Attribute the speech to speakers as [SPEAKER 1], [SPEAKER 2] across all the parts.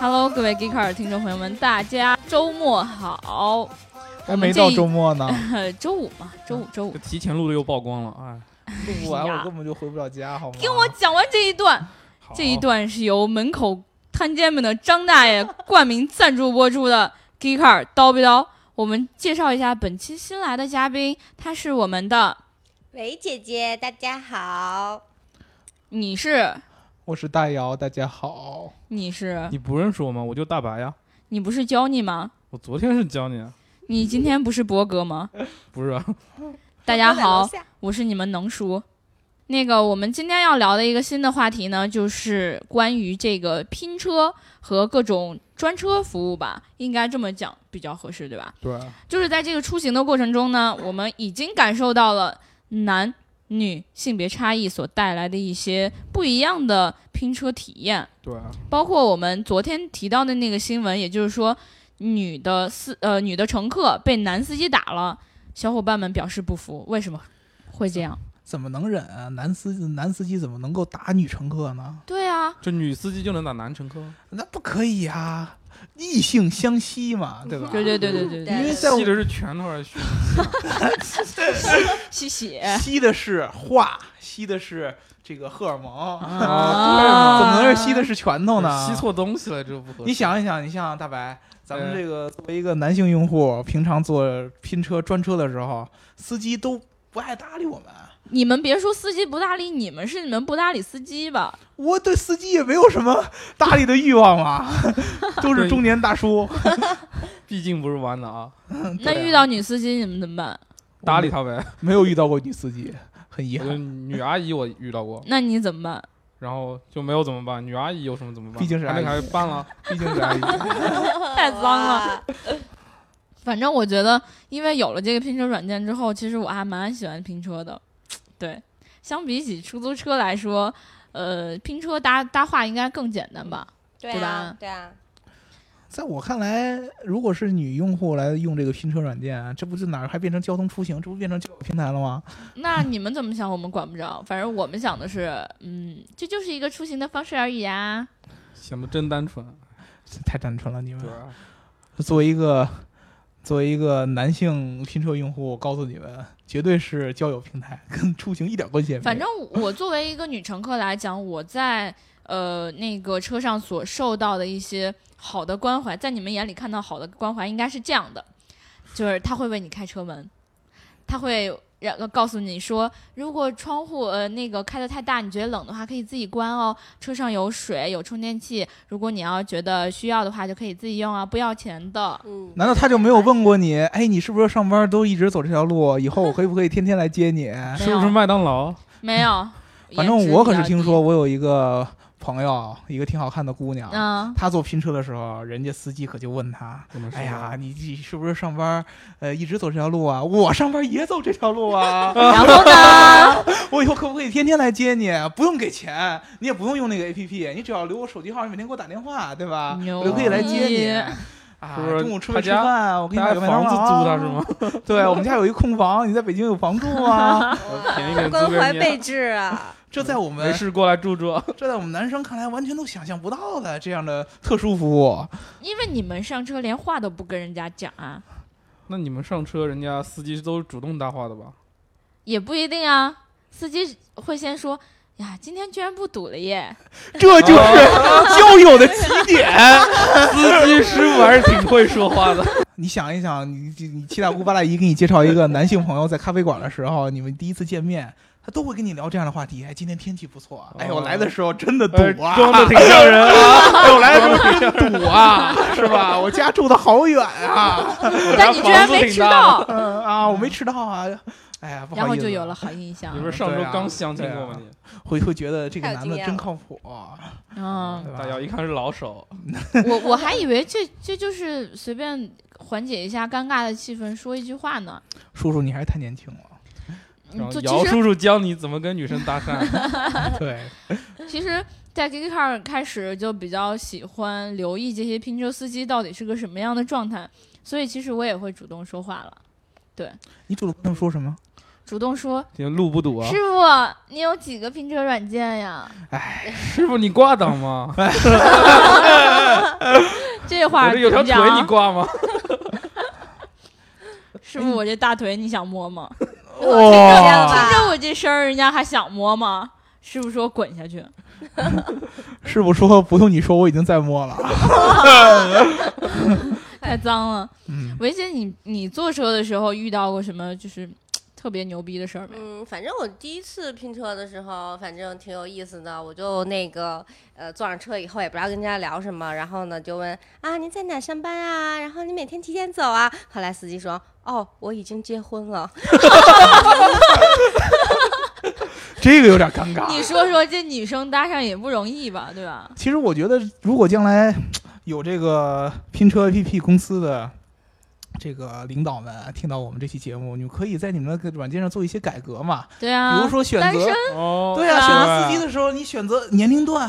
[SPEAKER 1] Hello，各位 Geeker 听众朋友们，大家周末好！
[SPEAKER 2] 还没到周末 呢，
[SPEAKER 1] 呃，周五嘛，周五周五
[SPEAKER 3] 这，提前录的又曝光了，哎，
[SPEAKER 2] 录完
[SPEAKER 1] 呀
[SPEAKER 2] 我根本就回不了家，好吗？
[SPEAKER 1] 听我讲完这一段，
[SPEAKER 3] 好
[SPEAKER 1] 这一段是由门口摊煎饼的张大爷冠名赞助播出的 Geeker 叨逼叨。我们介绍一下本期新来的嘉宾，他是我们的，
[SPEAKER 4] 喂，姐姐，大家好。
[SPEAKER 1] 你是
[SPEAKER 2] 我是大姚，大家好。
[SPEAKER 1] 你是
[SPEAKER 3] 你不认识我吗？我就大白呀，
[SPEAKER 1] 你不是 Johnny 吗？
[SPEAKER 3] 我昨天是教你，啊
[SPEAKER 1] 你今天不是博哥吗？
[SPEAKER 3] 不是啊，
[SPEAKER 1] 大家
[SPEAKER 4] 都在楼
[SPEAKER 1] 好，
[SPEAKER 4] 下
[SPEAKER 1] 我是你们能叔。那个，我们今天要聊的一个新的话题呢，就是关于这个拼车和各种专车服务吧，应该这么讲比较合适，对吧？
[SPEAKER 2] 对，啊
[SPEAKER 1] 就是在这个出行的过程中呢，我们已经感受到了男女性别差异所带来的一些不一样的拼车体验。
[SPEAKER 2] 对，啊
[SPEAKER 1] 包括我们昨天提到的那个新闻，也就是说，女的司呃女的乘客被男司机打了，小伙伴们表示不服，为什么会这样？
[SPEAKER 2] 怎么能忍啊？男司男司机怎么能够打女乘客呢？
[SPEAKER 1] 对啊，
[SPEAKER 3] 这女司机就能打男乘客，
[SPEAKER 2] 那不可以啊，异性相吸
[SPEAKER 3] 嗯
[SPEAKER 2] 嘛，对吧？
[SPEAKER 1] 对对对对对对，
[SPEAKER 2] 因为在我
[SPEAKER 3] 吸的是拳头还是胸？
[SPEAKER 1] 吸血
[SPEAKER 2] 吸的是话，吸的是这个荷尔蒙，
[SPEAKER 1] 啊
[SPEAKER 2] 怎么能是吸的是拳头呢？
[SPEAKER 3] 吸错东西了，这不合适。
[SPEAKER 2] 你想一想，你像大白，咱们
[SPEAKER 3] 嗯
[SPEAKER 2] 这个作为一个男性用户，平常坐拼车、专车的时候，司机都不爱搭理我们。
[SPEAKER 1] 你们别说司机不搭理你们，是你们不搭理司机吧？
[SPEAKER 2] 我对司机也没有什么搭理的欲望嘛， 都是中年大叔，
[SPEAKER 3] 毕竟不是弯的啊，
[SPEAKER 1] 那遇到女司机你们怎么办？
[SPEAKER 3] 搭理她呗。
[SPEAKER 2] 没有遇到过女司机，很遗
[SPEAKER 3] 我的
[SPEAKER 2] 憾，
[SPEAKER 3] 女阿姨我遇到过，
[SPEAKER 1] 那你怎么办？
[SPEAKER 3] 然后就没有怎么办？女阿姨有什么怎么办？
[SPEAKER 2] 毕竟是
[SPEAKER 3] 还没
[SPEAKER 2] 阿
[SPEAKER 3] 还
[SPEAKER 2] 姨
[SPEAKER 3] 办了，
[SPEAKER 2] 毕竟是阿姨。
[SPEAKER 4] 啊
[SPEAKER 1] 太脏了
[SPEAKER 4] 哇。
[SPEAKER 1] 反正我觉得，因为有了这个拼车软件之后，其实我还蛮喜欢拼车的。对，相比起出租车来说，呃，拼车搭搭话应该更简单吧？
[SPEAKER 4] 对
[SPEAKER 1] 对吧
[SPEAKER 4] 啊，对啊，
[SPEAKER 2] 在我看来，如果是女用户来用这个拼车软件，这不就哪儿还变成交通出行，这不变成交友平台了吗？
[SPEAKER 1] 那你们怎么想，我们管不着。反正我们想的是，嗯，这就是一个出行的方式而已啊。
[SPEAKER 3] 显得真单纯。
[SPEAKER 2] 太单纯了，你们
[SPEAKER 3] 对。吧，
[SPEAKER 2] 作为一个作为一个男性拼车用户，我告诉你们，绝对是交友平台，跟出行一点关系也没有。
[SPEAKER 1] 反正我作为一个女乘客来讲，我在呃那个车上所受到的一些好的关怀，在你们眼里看到好的关怀，应该是这样的，就是他会为你开车门，他会然后告诉你说，如果窗户呃那个开的太大，你觉得冷的话，可以自己关哦。车上有水，有充电器，如果你要觉得需要的话，就可以自己用啊，不要钱的。
[SPEAKER 4] 嗯，
[SPEAKER 2] 难道他就没有问过你？哎，你是不是上班都一直走这条路？以后我可以不可以天天来接 你？
[SPEAKER 1] 没
[SPEAKER 3] 是不是
[SPEAKER 1] 有，
[SPEAKER 3] 麦当劳？
[SPEAKER 1] 没有。颜
[SPEAKER 2] 反正
[SPEAKER 1] 值
[SPEAKER 2] 我
[SPEAKER 1] 比
[SPEAKER 2] 可是
[SPEAKER 1] 较
[SPEAKER 2] 听
[SPEAKER 1] 低
[SPEAKER 2] 说，，我有一个朋友，一个挺好看的姑娘，
[SPEAKER 1] 嗯，。
[SPEAKER 2] 她坐拼车的时候，人家司机可就问她。
[SPEAKER 3] 怎么说
[SPEAKER 2] 哎呀，，你你是不是上班，呃，一直走这条路啊？我上班也走这条路啊
[SPEAKER 1] 然后呢？
[SPEAKER 2] 我以后可不可以天天来接你？不用给钱，你也不用用那个 A P P，你只要留我手机号，你每天给我打电话，对吧？
[SPEAKER 1] 牛
[SPEAKER 2] 我就可以来接
[SPEAKER 1] 逼
[SPEAKER 2] 你。啊，
[SPEAKER 3] 是不是
[SPEAKER 2] 中午吃
[SPEAKER 3] 他
[SPEAKER 2] 没吃
[SPEAKER 3] 家
[SPEAKER 2] 饭啊？我给你
[SPEAKER 3] 大家
[SPEAKER 2] 买个麦当
[SPEAKER 3] 房子
[SPEAKER 2] 劳
[SPEAKER 3] 租
[SPEAKER 2] 啊
[SPEAKER 3] 的是吗？
[SPEAKER 2] 对我们家有一空房，你在北京有房住 啊？
[SPEAKER 4] 哇
[SPEAKER 3] 便宜点
[SPEAKER 4] 关
[SPEAKER 3] 租给
[SPEAKER 4] 怀
[SPEAKER 3] 你
[SPEAKER 4] 备至 啊！
[SPEAKER 2] 这在我
[SPEAKER 3] 没
[SPEAKER 2] 们
[SPEAKER 3] 事过来住住。
[SPEAKER 2] 这在我们男生看来完全都想象不到的这样的特殊服 务。
[SPEAKER 1] 因为你们上车连话都不跟人家讲啊，
[SPEAKER 3] 那你们上车，人家司机都是主动搭话的吧？
[SPEAKER 1] 也不一定啊。司机会先说：“呀，今天居然不堵了 耶
[SPEAKER 2] 这就是
[SPEAKER 3] 哦
[SPEAKER 2] 交友的起点。
[SPEAKER 3] 司机师傅还是挺会说话 的。
[SPEAKER 2] 你想一想，你你你七大姑八大姨给你介绍一个男性朋友，在咖啡馆的时候，你们第一次见面，他都会跟你聊这样的话题。哎，今天天气不错。哎呦，我来的时候真的
[SPEAKER 3] 呃
[SPEAKER 2] 堵啊，
[SPEAKER 3] 装的挺像人 啊，
[SPEAKER 2] 哎呦，我来的时候真堵啊，是吧？我家住的好远啊，！”
[SPEAKER 1] 但你居然没吃到，
[SPEAKER 2] 嗯啊，我没迟到啊。哎呀，不好意思。
[SPEAKER 1] 然后就有了好印象
[SPEAKER 3] 你。不是上周刚相亲过吗？
[SPEAKER 1] 啊
[SPEAKER 3] 你
[SPEAKER 2] 会会觉得这个
[SPEAKER 4] 太有
[SPEAKER 2] 男
[SPEAKER 4] 经
[SPEAKER 2] 的
[SPEAKER 4] 验
[SPEAKER 2] 真
[SPEAKER 4] 了
[SPEAKER 2] 靠谱，啊
[SPEAKER 1] 嗯，
[SPEAKER 2] 对吧
[SPEAKER 3] 大姚一看是老手，
[SPEAKER 1] 我我还以为这这就是随便缓解一下尴尬的气氛，说一句话呢。
[SPEAKER 2] 叔叔，你还是太年轻了。
[SPEAKER 3] 然
[SPEAKER 1] 嗯
[SPEAKER 3] 后
[SPEAKER 1] 就
[SPEAKER 3] 姚
[SPEAKER 1] 其实
[SPEAKER 3] 叔叔教你怎么跟女生搭 讪。
[SPEAKER 1] 啊
[SPEAKER 2] 对，
[SPEAKER 1] 其实，在 g i g c a r 开始就比较喜欢留意这些拼车司机到底是个什么样的状态，所以其实我也会主动说话了。
[SPEAKER 2] 你主动跟他们说什么？
[SPEAKER 1] 主动说
[SPEAKER 3] 行，路不堵啊
[SPEAKER 1] 师。傅，你有几个拼车软件呀？
[SPEAKER 3] 师傅，你挂档吗？
[SPEAKER 1] 这话
[SPEAKER 3] 我
[SPEAKER 1] 儿
[SPEAKER 3] 这有条
[SPEAKER 1] 怎么讲
[SPEAKER 3] 腿
[SPEAKER 1] 啊
[SPEAKER 3] 你 挂吗？
[SPEAKER 1] 师傅，我这大腿你想摸吗？
[SPEAKER 4] 啊
[SPEAKER 2] 哦
[SPEAKER 1] 听着我这声儿，人家还想摸吗？师傅说滚下 去。
[SPEAKER 2] 师傅说不用你说，我已经在摸了。
[SPEAKER 1] 太脏了。
[SPEAKER 2] 嗯，
[SPEAKER 1] 维姐，你你坐车的时候遇到过什么就是嘖特别牛逼的事儿没？
[SPEAKER 4] 嗯，反正我第一次拼车的时候，反正挺有意思的。我就那个呃，坐上车以后也不知道跟人家聊什么，然后呢就问啊，您在哪上班啊？然后你每天几点走啊？后来司机说，哦，我已经结婚了。
[SPEAKER 2] 这个有点尴尬。啊
[SPEAKER 1] 你说说，这女生搭讪也不容易吧，对吧？
[SPEAKER 2] 其实我觉得，如果将来有这个拼车 APP 公司的这个领导们听到我们这期节目，你们可以在你们的软件上做一些改革嘛，
[SPEAKER 1] 对
[SPEAKER 2] 比
[SPEAKER 1] 啊，
[SPEAKER 2] 如说选
[SPEAKER 1] 单
[SPEAKER 2] 择
[SPEAKER 1] 身，
[SPEAKER 3] 哦，
[SPEAKER 2] 对啊，
[SPEAKER 1] 对
[SPEAKER 2] 选
[SPEAKER 1] 啊
[SPEAKER 2] 择司机的时候，你选择年龄段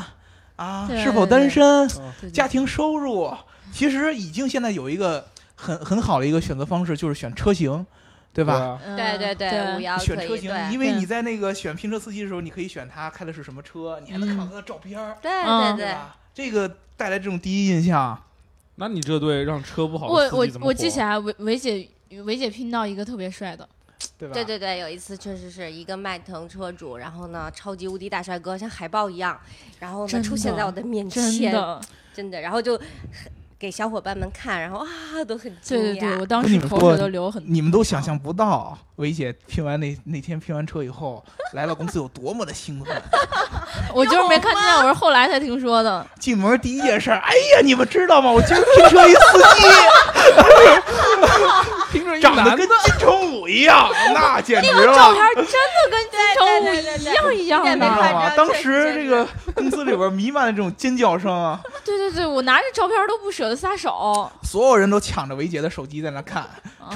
[SPEAKER 2] 啊，
[SPEAKER 1] 对
[SPEAKER 2] 是否单身，
[SPEAKER 1] 对对
[SPEAKER 2] 家庭收入，其实已经现在有一个很很好的一个选择方式，就是选车型，
[SPEAKER 3] 对
[SPEAKER 2] 对吧？
[SPEAKER 3] 吧？
[SPEAKER 1] 嗯
[SPEAKER 4] 对对对，五
[SPEAKER 1] 对，
[SPEAKER 4] 幺
[SPEAKER 2] 选
[SPEAKER 4] 可
[SPEAKER 2] 车
[SPEAKER 4] 以
[SPEAKER 2] 型，
[SPEAKER 4] 对
[SPEAKER 2] 因。为
[SPEAKER 1] 对
[SPEAKER 2] 你在那个选拼车司机的时候，你可以选他开的是什么车，你还能看到他的照片儿，
[SPEAKER 4] 对
[SPEAKER 1] 嗯
[SPEAKER 4] 对
[SPEAKER 2] 对
[SPEAKER 4] 对，
[SPEAKER 2] 吧？这个带来这种第一印象，
[SPEAKER 3] 那你这对让车不好
[SPEAKER 1] 我
[SPEAKER 3] 的司
[SPEAKER 1] 我
[SPEAKER 3] 机怎么啊
[SPEAKER 1] 我
[SPEAKER 3] 活
[SPEAKER 1] 记起来，维维姐维姐拼到一个特别帅的，
[SPEAKER 2] 对吧？
[SPEAKER 4] 对对对，有一次确实是一个迈腾车主，然后呢，超级无敌大帅哥，像海豹一样，然后
[SPEAKER 1] 真
[SPEAKER 4] 呢
[SPEAKER 1] 的
[SPEAKER 4] 出现在我的面前，
[SPEAKER 1] 真的，
[SPEAKER 4] 真的然后就给小伙伴们看，然后啊都很惊
[SPEAKER 1] 对
[SPEAKER 4] 讶，
[SPEAKER 1] 对对，我当
[SPEAKER 2] 跟
[SPEAKER 1] 时
[SPEAKER 2] 你们
[SPEAKER 1] 口
[SPEAKER 2] 说
[SPEAKER 1] 水都流 很多。
[SPEAKER 2] 你们都想象不到，维姐拼完那那天拼完车以后，来到公司有多么的兴奋。
[SPEAKER 1] 我就是没看见，我是后来才听说的。
[SPEAKER 2] 进门第一件事儿，哎呀，你们知道吗？我今儿拼车一司机，
[SPEAKER 3] 听 着一
[SPEAKER 2] 长得
[SPEAKER 3] 男
[SPEAKER 2] 跟金城武一样，那简直
[SPEAKER 1] 那个照
[SPEAKER 2] 了。
[SPEAKER 1] 片真的跟
[SPEAKER 4] 对
[SPEAKER 1] 金
[SPEAKER 4] 对对对
[SPEAKER 1] 城武一样一样
[SPEAKER 4] 对
[SPEAKER 2] 你知
[SPEAKER 4] 对
[SPEAKER 2] 道
[SPEAKER 1] 的。
[SPEAKER 2] 吗？
[SPEAKER 4] 对
[SPEAKER 2] 当时这个公司里边弥漫的这种尖叫声啊，
[SPEAKER 1] 对对对，我拿着照片都不舍得撒手。
[SPEAKER 2] 所有人都抢着维杰的手机在那看，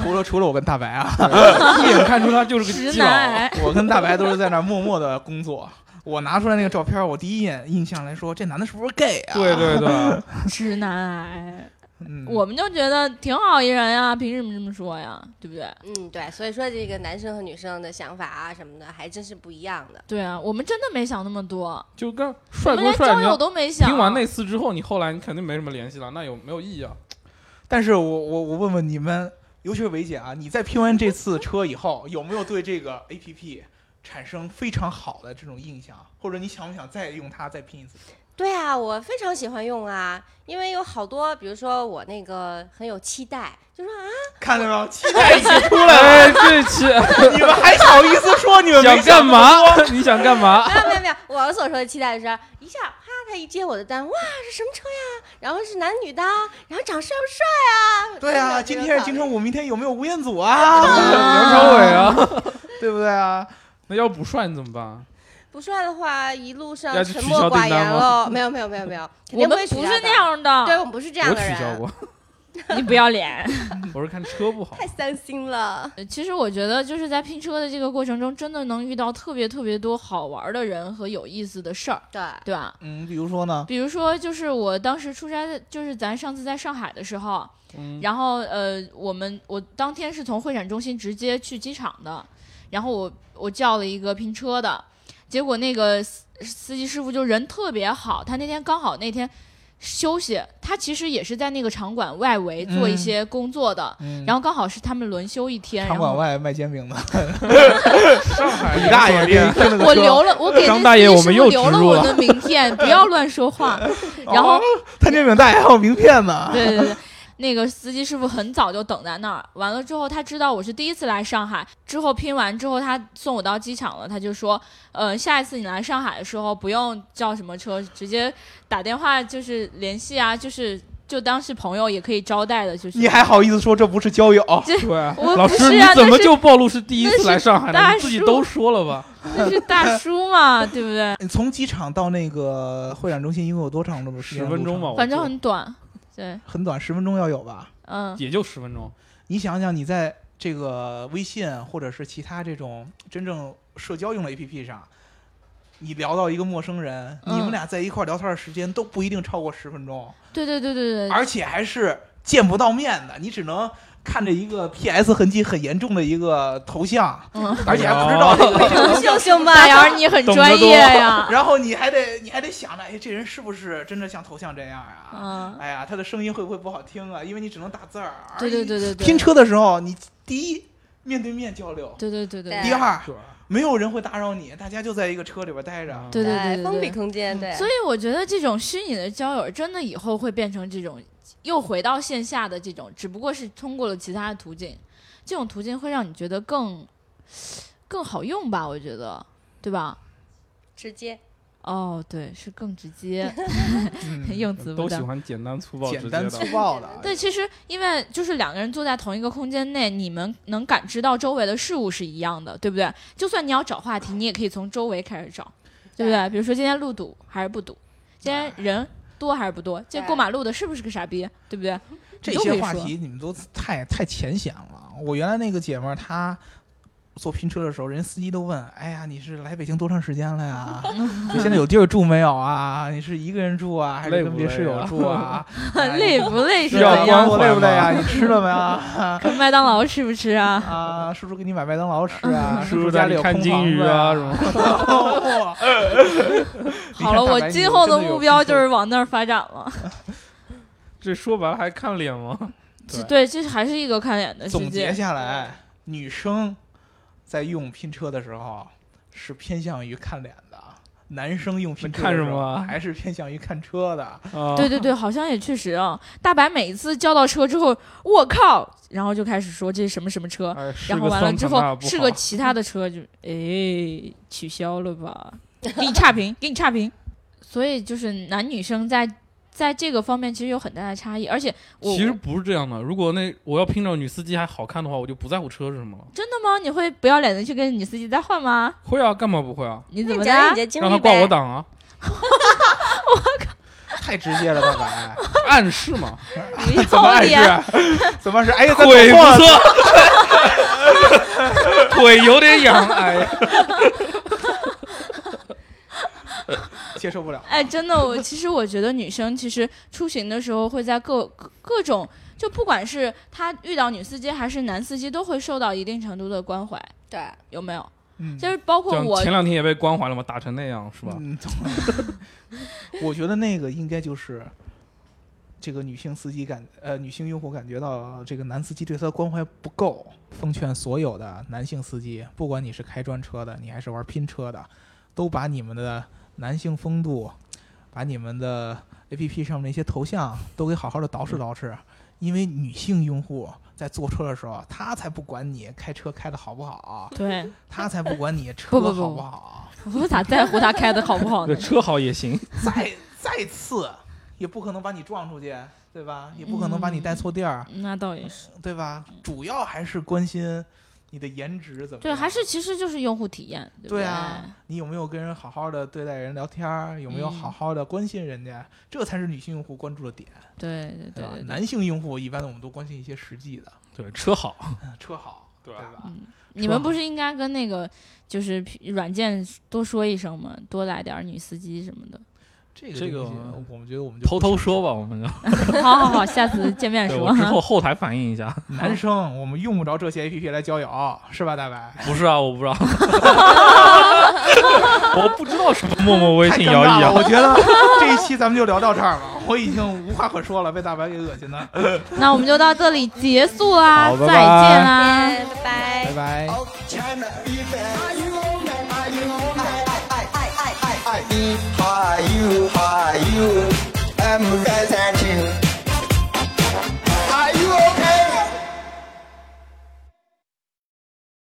[SPEAKER 2] 除了除了我跟大白啊，
[SPEAKER 3] 对一眼看出他就是个
[SPEAKER 1] 直
[SPEAKER 3] 基佬。
[SPEAKER 1] 男癌，
[SPEAKER 2] 我跟大白都是在那默默的工作。我拿出来那个照片，我第一眼印象来说，这男的是不是 gay 啊？
[SPEAKER 3] 对，对对，
[SPEAKER 1] 直男癌，
[SPEAKER 2] 嗯、
[SPEAKER 1] 我们就觉得挺好一人呀，凭什么这么说呀？对不对？
[SPEAKER 4] 嗯，对，所以说这个男生和女生的想法啊什么的，还真是不一样的。
[SPEAKER 1] 对啊，我们真的没想那么多，
[SPEAKER 3] 就跟
[SPEAKER 1] 我
[SPEAKER 3] 帅
[SPEAKER 1] 们
[SPEAKER 3] 不
[SPEAKER 1] 连
[SPEAKER 3] 帅，
[SPEAKER 1] 交
[SPEAKER 3] 你
[SPEAKER 1] 友
[SPEAKER 3] 要
[SPEAKER 1] 都没想。
[SPEAKER 3] 听完那次之后，你后来你肯定没什么联系了，那有没有意义啊？
[SPEAKER 2] 但是我我我问问你们，尤其是维姐啊，你在拼完这次车以后，有没有对这个 A P P 产生非常好的这种印象？或者你想不想再用它再拼一次车？
[SPEAKER 4] 对啊，我非常喜欢用啊，因为有好多，比如说我那个很有期待，就说啊，
[SPEAKER 2] 看见没有，期待已经出来
[SPEAKER 3] 哎，这期
[SPEAKER 2] 了，你们还好意思说你们没
[SPEAKER 3] 想干
[SPEAKER 2] 那么
[SPEAKER 3] 嘛
[SPEAKER 2] 多？？
[SPEAKER 3] 你想干嘛？
[SPEAKER 4] 没有没有没有，我所说的期待就是一下哈，他一接我的单，哇，是什么车呀？然后是男女的，然后长帅不帅啊？
[SPEAKER 2] 对啊，
[SPEAKER 4] 就
[SPEAKER 2] 今
[SPEAKER 4] 是
[SPEAKER 2] 天是金城武，明天有没有吴彦祖啊？
[SPEAKER 3] 梁朝伟啊，
[SPEAKER 2] 对不对啊？
[SPEAKER 3] 那要不帅你怎么办？
[SPEAKER 4] 不帅的话，一路上
[SPEAKER 3] 要去
[SPEAKER 4] 沉
[SPEAKER 3] 取
[SPEAKER 4] 默
[SPEAKER 3] 消
[SPEAKER 4] 寡
[SPEAKER 3] 订单
[SPEAKER 4] 言
[SPEAKER 3] 吗
[SPEAKER 4] 喽。没有没有没有 没有，
[SPEAKER 1] 我
[SPEAKER 4] 肯定
[SPEAKER 1] 们
[SPEAKER 4] 会取
[SPEAKER 1] 不
[SPEAKER 4] 消
[SPEAKER 1] 是
[SPEAKER 4] 的
[SPEAKER 1] 那，样
[SPEAKER 4] 对
[SPEAKER 1] 的，
[SPEAKER 4] 我们不是这样
[SPEAKER 3] 我
[SPEAKER 4] 的
[SPEAKER 3] 取消
[SPEAKER 4] 人，
[SPEAKER 3] 过，
[SPEAKER 1] 你不要脸。
[SPEAKER 3] 我是看车不好
[SPEAKER 4] 太。伤心了。
[SPEAKER 1] 呃其实我觉得就是在拼车的这个过程中，真的能遇到特别特别多好玩的人和有意思的事儿，
[SPEAKER 4] 对，
[SPEAKER 1] 对吧？
[SPEAKER 2] 嗯，比如说呢？
[SPEAKER 1] 比如说，就是我当时出差在，就是咱上次在上海的时候，
[SPEAKER 3] 嗯，
[SPEAKER 1] 然后呃，我们我当天是从会展中心直接去机场的，然后我我叫了一个拼车的，结果那个司司机师傅就人特别好，他那天刚好那天休息，他其实也是在那个场馆外围做一
[SPEAKER 2] 嗯
[SPEAKER 1] 些工作的，
[SPEAKER 2] 嗯
[SPEAKER 1] 然后刚好是他们轮休一天，
[SPEAKER 2] 场
[SPEAKER 1] 然
[SPEAKER 2] 馆
[SPEAKER 1] 后。
[SPEAKER 2] 外卖煎饼的，
[SPEAKER 3] 上海
[SPEAKER 2] 李 大爷
[SPEAKER 3] 这
[SPEAKER 2] 听听了个
[SPEAKER 1] 我
[SPEAKER 2] 车
[SPEAKER 1] 留了，我给
[SPEAKER 3] 张
[SPEAKER 1] 那
[SPEAKER 3] 大
[SPEAKER 1] 司
[SPEAKER 3] 爷
[SPEAKER 1] 机
[SPEAKER 3] 我
[SPEAKER 1] 师
[SPEAKER 3] 们
[SPEAKER 1] 傅
[SPEAKER 3] 又
[SPEAKER 1] 留
[SPEAKER 3] 植
[SPEAKER 1] 了
[SPEAKER 3] 入
[SPEAKER 1] 我
[SPEAKER 3] 了
[SPEAKER 1] 的名片，不要乱说 话。然后
[SPEAKER 2] 哦摊煎饼大爷还有名片 呢。
[SPEAKER 1] 对对对，那个司机师傅很早就等在那儿，完了之后他知道我是第一次来上海，之后拼完之后他送我到机场了，他就说，呃，下一次你来上海的时候不用叫什么车，直接打电话就是联系啊，就是就当是朋友也可以招待的，就是
[SPEAKER 2] 你还好意思说这不 是交友？
[SPEAKER 1] 我
[SPEAKER 3] 对，老
[SPEAKER 1] 不
[SPEAKER 3] 师
[SPEAKER 1] 是
[SPEAKER 3] 你
[SPEAKER 1] 啊
[SPEAKER 3] 怎
[SPEAKER 1] 那
[SPEAKER 3] 么
[SPEAKER 1] 是
[SPEAKER 3] 就暴露是第一
[SPEAKER 1] 那
[SPEAKER 3] 次
[SPEAKER 1] 是
[SPEAKER 3] 来上海呢？
[SPEAKER 1] 大
[SPEAKER 3] 你自己
[SPEAKER 1] 叔
[SPEAKER 3] 都说了吧？
[SPEAKER 1] 那是大叔嘛，对不对？
[SPEAKER 2] 你从机场到那个会展中心一共有多长这么时间
[SPEAKER 3] 十
[SPEAKER 2] 的路程？
[SPEAKER 3] 分钟吧，我
[SPEAKER 1] 反正
[SPEAKER 3] 觉得
[SPEAKER 1] 很短，对，
[SPEAKER 2] 很短，十分钟要有吧？
[SPEAKER 1] 嗯，
[SPEAKER 3] 也就十分钟。
[SPEAKER 2] 你想想，你在这个微信或者是其他这种真正社交用的 APP 上，你聊到一个陌生人，
[SPEAKER 1] 嗯
[SPEAKER 2] 你们俩在一块儿聊天的时间都不一定超过十分钟，
[SPEAKER 1] 对对对对对，
[SPEAKER 2] 而且还是见不到面的，你只能看着一个 PS 痕迹很严重的一个头像，
[SPEAKER 1] 嗯，
[SPEAKER 2] 而且还不知道这个这个头
[SPEAKER 4] 秀
[SPEAKER 2] 像
[SPEAKER 4] 秀 嘛，
[SPEAKER 1] 大姚，哎你很
[SPEAKER 3] 懂得
[SPEAKER 1] 专业
[SPEAKER 3] 多
[SPEAKER 1] 呀。
[SPEAKER 2] 然后你还得你还得想着，哎，这人是不是真的像头像这样啊？
[SPEAKER 1] 嗯，
[SPEAKER 2] 哎呀，他的声音会不会不好听啊？因为你只能打字儿。
[SPEAKER 1] 对对对对对，
[SPEAKER 2] 拼车的时候，你第一面对面交流，
[SPEAKER 1] 对对对对
[SPEAKER 4] 对
[SPEAKER 2] 第二
[SPEAKER 3] 是吧
[SPEAKER 2] 没有人会打扰你，大家就在一个车里边待着。
[SPEAKER 1] 对对
[SPEAKER 3] 嗯
[SPEAKER 1] 对
[SPEAKER 4] 哎
[SPEAKER 1] 对
[SPEAKER 4] 封
[SPEAKER 1] 对
[SPEAKER 4] 闭。空间，对，
[SPEAKER 1] 所以我觉得这种虚拟的交友，真的以后会变成这种又回到线下的这种，只不过是通过了其他的途径。这种途径会让你觉得更更好用吧？我觉得，对吧？
[SPEAKER 4] 直接
[SPEAKER 1] 哦，对，是更直接。
[SPEAKER 2] 嗯
[SPEAKER 1] 用词不
[SPEAKER 3] 都喜
[SPEAKER 1] 当。
[SPEAKER 3] 欢简单粗暴直
[SPEAKER 2] 简
[SPEAKER 3] 接
[SPEAKER 2] 单
[SPEAKER 3] 的
[SPEAKER 2] 粗暴的。
[SPEAKER 1] 对，其实因为就是两个人坐在同一个空间内，你们能感知到周围的事物是一样的，对不对？就算你要找话题，你也可以从周围开始找，对不对？比如说今天路堵还是不堵，今天人多还是不多，今天过马路的是不是个傻逼，对不对？
[SPEAKER 2] 这
[SPEAKER 1] 都可
[SPEAKER 2] 些
[SPEAKER 1] 以
[SPEAKER 2] 话
[SPEAKER 1] 说
[SPEAKER 2] 题你们都太太浅显了。我原来那个姐们儿，她坐拼车的时候，人司机都问：“哎呀，你是来北京多长时间 了呀？你现在有地儿住没有啊？你是一个人住啊，还是
[SPEAKER 3] 累
[SPEAKER 2] 跟
[SPEAKER 3] 不
[SPEAKER 2] 别
[SPEAKER 3] 累
[SPEAKER 2] 室友
[SPEAKER 3] 啊
[SPEAKER 2] 住 啊？哎
[SPEAKER 1] 累不累是
[SPEAKER 2] 是
[SPEAKER 3] 需要
[SPEAKER 1] 怎
[SPEAKER 2] 啊，
[SPEAKER 1] 样？
[SPEAKER 3] 关
[SPEAKER 2] 我
[SPEAKER 3] 怀
[SPEAKER 2] 累不累啊？
[SPEAKER 3] 吗
[SPEAKER 2] 你吃了没啊？
[SPEAKER 1] 跟麦当劳吃不吃啊？
[SPEAKER 2] 啊，叔叔给你买麦当劳吃啊？
[SPEAKER 3] 叔
[SPEAKER 2] 叔
[SPEAKER 3] 叔
[SPEAKER 2] 家
[SPEAKER 3] 带
[SPEAKER 2] 里
[SPEAKER 3] 你
[SPEAKER 2] 有
[SPEAKER 3] 看
[SPEAKER 2] 空
[SPEAKER 3] 金
[SPEAKER 2] 房
[SPEAKER 3] 鱼
[SPEAKER 2] 子
[SPEAKER 3] 啊什么？
[SPEAKER 2] 哇
[SPEAKER 1] 好了，
[SPEAKER 2] 你看大
[SPEAKER 1] 我
[SPEAKER 2] 白
[SPEAKER 1] 今
[SPEAKER 2] 牛
[SPEAKER 1] 后
[SPEAKER 2] 真
[SPEAKER 1] 的
[SPEAKER 2] 的有
[SPEAKER 1] 目标
[SPEAKER 2] 拼
[SPEAKER 1] 就
[SPEAKER 2] 车
[SPEAKER 1] 是往那儿发展了。
[SPEAKER 3] 这说白了还看脸吗？
[SPEAKER 1] 这对，这还是一个看脸的世
[SPEAKER 2] 总结
[SPEAKER 1] 界。
[SPEAKER 2] 下来，女生在用拼车的时候是偏向于看脸的，男生用拼车的时
[SPEAKER 3] 看什
[SPEAKER 2] 候
[SPEAKER 3] 么
[SPEAKER 2] 还是偏向于看车的。
[SPEAKER 3] 啊，
[SPEAKER 1] 对对对，好像也确实啊。大白每一次交到车之后，我靠，然后就开始说这是什么什么车，
[SPEAKER 3] 哎，是
[SPEAKER 1] 然
[SPEAKER 3] 个
[SPEAKER 1] 后完了
[SPEAKER 3] 桑
[SPEAKER 1] 之
[SPEAKER 3] 塔纳
[SPEAKER 1] 后
[SPEAKER 3] 不
[SPEAKER 1] 是
[SPEAKER 3] 好
[SPEAKER 1] 个其他的车就，哎取消了吧，给你差评，给你差评。所以就是男女生在在这个方面其实有很大的差异，而且我
[SPEAKER 3] 其实不是这样的。如果那我要拼着女司机还好看的话，我就不在乎车是什么了。
[SPEAKER 1] 真的吗？你会不要脸的去跟女司机再换吗？
[SPEAKER 3] 会啊，干嘛不会啊？
[SPEAKER 1] 你
[SPEAKER 4] 那
[SPEAKER 1] 怎
[SPEAKER 4] 你
[SPEAKER 1] 么
[SPEAKER 4] 讲讲
[SPEAKER 1] 的
[SPEAKER 4] 你？的经
[SPEAKER 3] 让
[SPEAKER 4] 历
[SPEAKER 3] 他挂
[SPEAKER 4] 呗
[SPEAKER 3] 我。档啊，
[SPEAKER 2] 太直接了，大白，
[SPEAKER 3] 暗示 嘛，
[SPEAKER 1] 不
[SPEAKER 2] 怎么
[SPEAKER 1] 要
[SPEAKER 2] 暗示
[SPEAKER 1] 脸，
[SPEAKER 2] 啊？怎么是？哎呀，咱
[SPEAKER 3] 腿不
[SPEAKER 2] 错了，
[SPEAKER 3] 错， 腿有点痒，哎呀，
[SPEAKER 2] 接受不了。
[SPEAKER 1] 哎，真的，我其实我觉得女生其实出行的时候会在各各各种，就不管是她遇到女司机还是男司机，都会受到一定程度的关怀，
[SPEAKER 4] 对，
[SPEAKER 1] 有没有？
[SPEAKER 2] 嗯，
[SPEAKER 1] 就是包括
[SPEAKER 3] 这
[SPEAKER 1] 我
[SPEAKER 3] 前两天也被关怀了嘛，打成那样是吧？
[SPEAKER 2] 嗯， 懂了我觉得那个应该就是。这个女性司机感，呃，女性用户感觉到这个男司机对她的关怀不够，奉劝所有的男性司机，不管你是开专车的，你还是玩拼车的，都把你们的男性风度，把你们的 A P P 上面那些头像都给好好的捯饬捯饬，因为女性用户在坐车的时候，她才不管你开车开的好不好，
[SPEAKER 1] 对，
[SPEAKER 2] 她才不管你车
[SPEAKER 1] 不不不
[SPEAKER 2] 好不好。
[SPEAKER 1] 我咋在乎她开的好不好
[SPEAKER 3] 对，
[SPEAKER 1] 呢？
[SPEAKER 3] 车好 也行，
[SPEAKER 2] 再 再次，也不可能把你撞出去，对吧？也不可能把你带
[SPEAKER 1] 嗯
[SPEAKER 2] 错地儿，
[SPEAKER 1] 那倒也是，
[SPEAKER 2] 对吧？主要还是关心你的颜值怎么样。
[SPEAKER 1] 对，还是其实就是用户体验，对不
[SPEAKER 2] 对啊，你有没有跟人好好的对待人聊天儿，有没有
[SPEAKER 1] 嗯
[SPEAKER 2] 好好的关心人家，这才是女性用户关注的点，
[SPEAKER 1] 对对对啊
[SPEAKER 2] 吧？
[SPEAKER 1] 对对，
[SPEAKER 2] 男性用户一般我们都关心一些实际的，
[SPEAKER 3] 对，车好，
[SPEAKER 2] 嗯车好，对
[SPEAKER 3] 对啊吧
[SPEAKER 2] 吧？
[SPEAKER 1] 嗯，你们不是应该跟那个就是软件多说一声吗？多来点儿女司机什么的。
[SPEAKER 2] 这个
[SPEAKER 3] 这
[SPEAKER 2] 东
[SPEAKER 3] 个
[SPEAKER 2] 西我们觉得我们就
[SPEAKER 3] 偷偷说吧，我们就
[SPEAKER 1] 好好好，下次见面
[SPEAKER 3] 对
[SPEAKER 1] 说
[SPEAKER 3] 我。之后后台反映一下。
[SPEAKER 2] 男生我们用不着这些 A P P 来交友，是吧，大白？
[SPEAKER 3] 不是啊，我不知 道， 我不知道什么陌陌微
[SPEAKER 2] 太
[SPEAKER 3] 信
[SPEAKER 2] 尴
[SPEAKER 3] 摇
[SPEAKER 2] 尬
[SPEAKER 3] 一
[SPEAKER 2] 了，
[SPEAKER 3] 摇
[SPEAKER 2] 我。觉得这一期咱们就聊到这儿吧，我已经无话可说了，被大白给恶心的，
[SPEAKER 1] 那我们就到这里结束啦，
[SPEAKER 3] 好拜拜
[SPEAKER 1] 再见啦。
[SPEAKER 4] 耶拜拜
[SPEAKER 2] 拜。拜。
[SPEAKER 5] Oh China, if I you, I you, I I I I I I I if I you, I you, I'm